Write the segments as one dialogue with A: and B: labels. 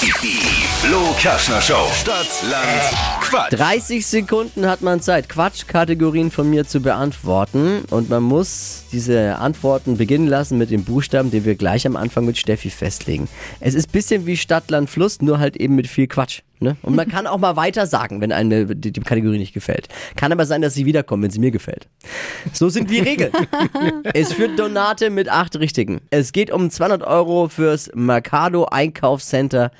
A: Die Flo Kaschner Show. Stadt, Land, Quatsch.
B: 30 Sekunden hat man Zeit, Quatschkategorien von mir zu beantworten. Und man muss diese Antworten beginnen lassen mit dem Buchstaben, den wir gleich am Anfang mit Steffi festlegen. Es ist ein bisschen wie Stadt, Land, Fluss, nur halt eben mit viel Quatsch. Ne? Und man kann auch mal weiter sagen, wenn eine die, die Kategorie nicht gefällt. Kann aber sein, dass sie wiederkommen, wenn sie mir gefällt. So sind die Regeln. es führt Donate mit acht Richtigen. Es geht um 200 Euro fürs Mercado Einkaufscenter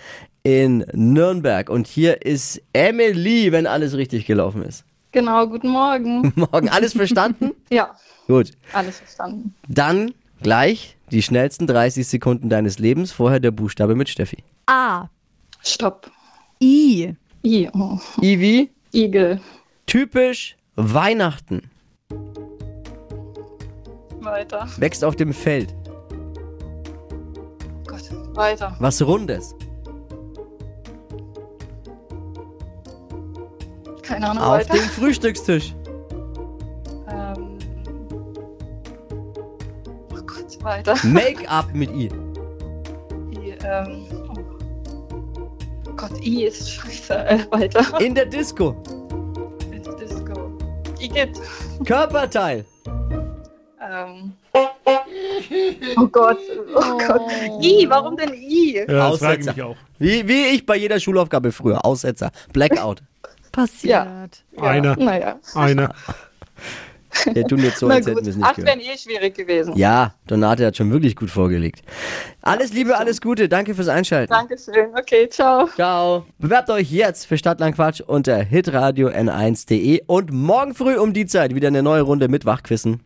B: in Nürnberg. Und hier ist Emily, wenn alles richtig gelaufen ist.
C: Genau, guten Morgen.
B: Morgen alles verstanden?
C: Ja,
B: Gut.
C: alles verstanden.
B: Dann gleich die schnellsten 30 Sekunden deines Lebens. Vorher der Buchstabe mit Steffi.
D: A.
C: Stopp.
D: I.
C: I, oh.
B: Ivi,
C: Igel.
B: typisch Weihnachten.
C: Weiter.
B: Wächst auf dem Feld.
C: Gott. Weiter.
B: Was Rundes.
C: Keine Ahnung,
B: Auf
C: weiter.
B: dem Frühstückstisch.
C: Ähm. Oh Gott, weiter.
B: Make-up mit I.
C: I, ähm. Oh. Gott, I ist scheiße. Äh, weiter.
B: In der Disco.
C: Ins Disco. Igitt.
B: Körperteil.
C: Ähm. Oh Gott, oh Gott. I, warum denn I?
E: Ja, das frage ich
B: Aussetzer.
E: mich auch.
B: Wie, wie ich bei jeder Schulaufgabe früher. Aussetzer. Blackout.
D: Passiert.
E: Einer,
C: Naja.
E: einer.
B: Der tut jetzt so,
C: Na
B: als hätten
C: gut,
B: wir es nicht
C: ach, wenn
B: gehört.
C: eh schwierig gewesen.
B: Ja, Donate hat schon wirklich gut vorgelegt. Alles Liebe, alles Gute. Danke fürs Einschalten.
C: Dankeschön. Okay, ciao.
B: Ciao. Bewerbt euch jetzt für Stadtlandquatsch unter hitradio n1.de und morgen früh um die Zeit wieder eine neue Runde mit Wachquissen.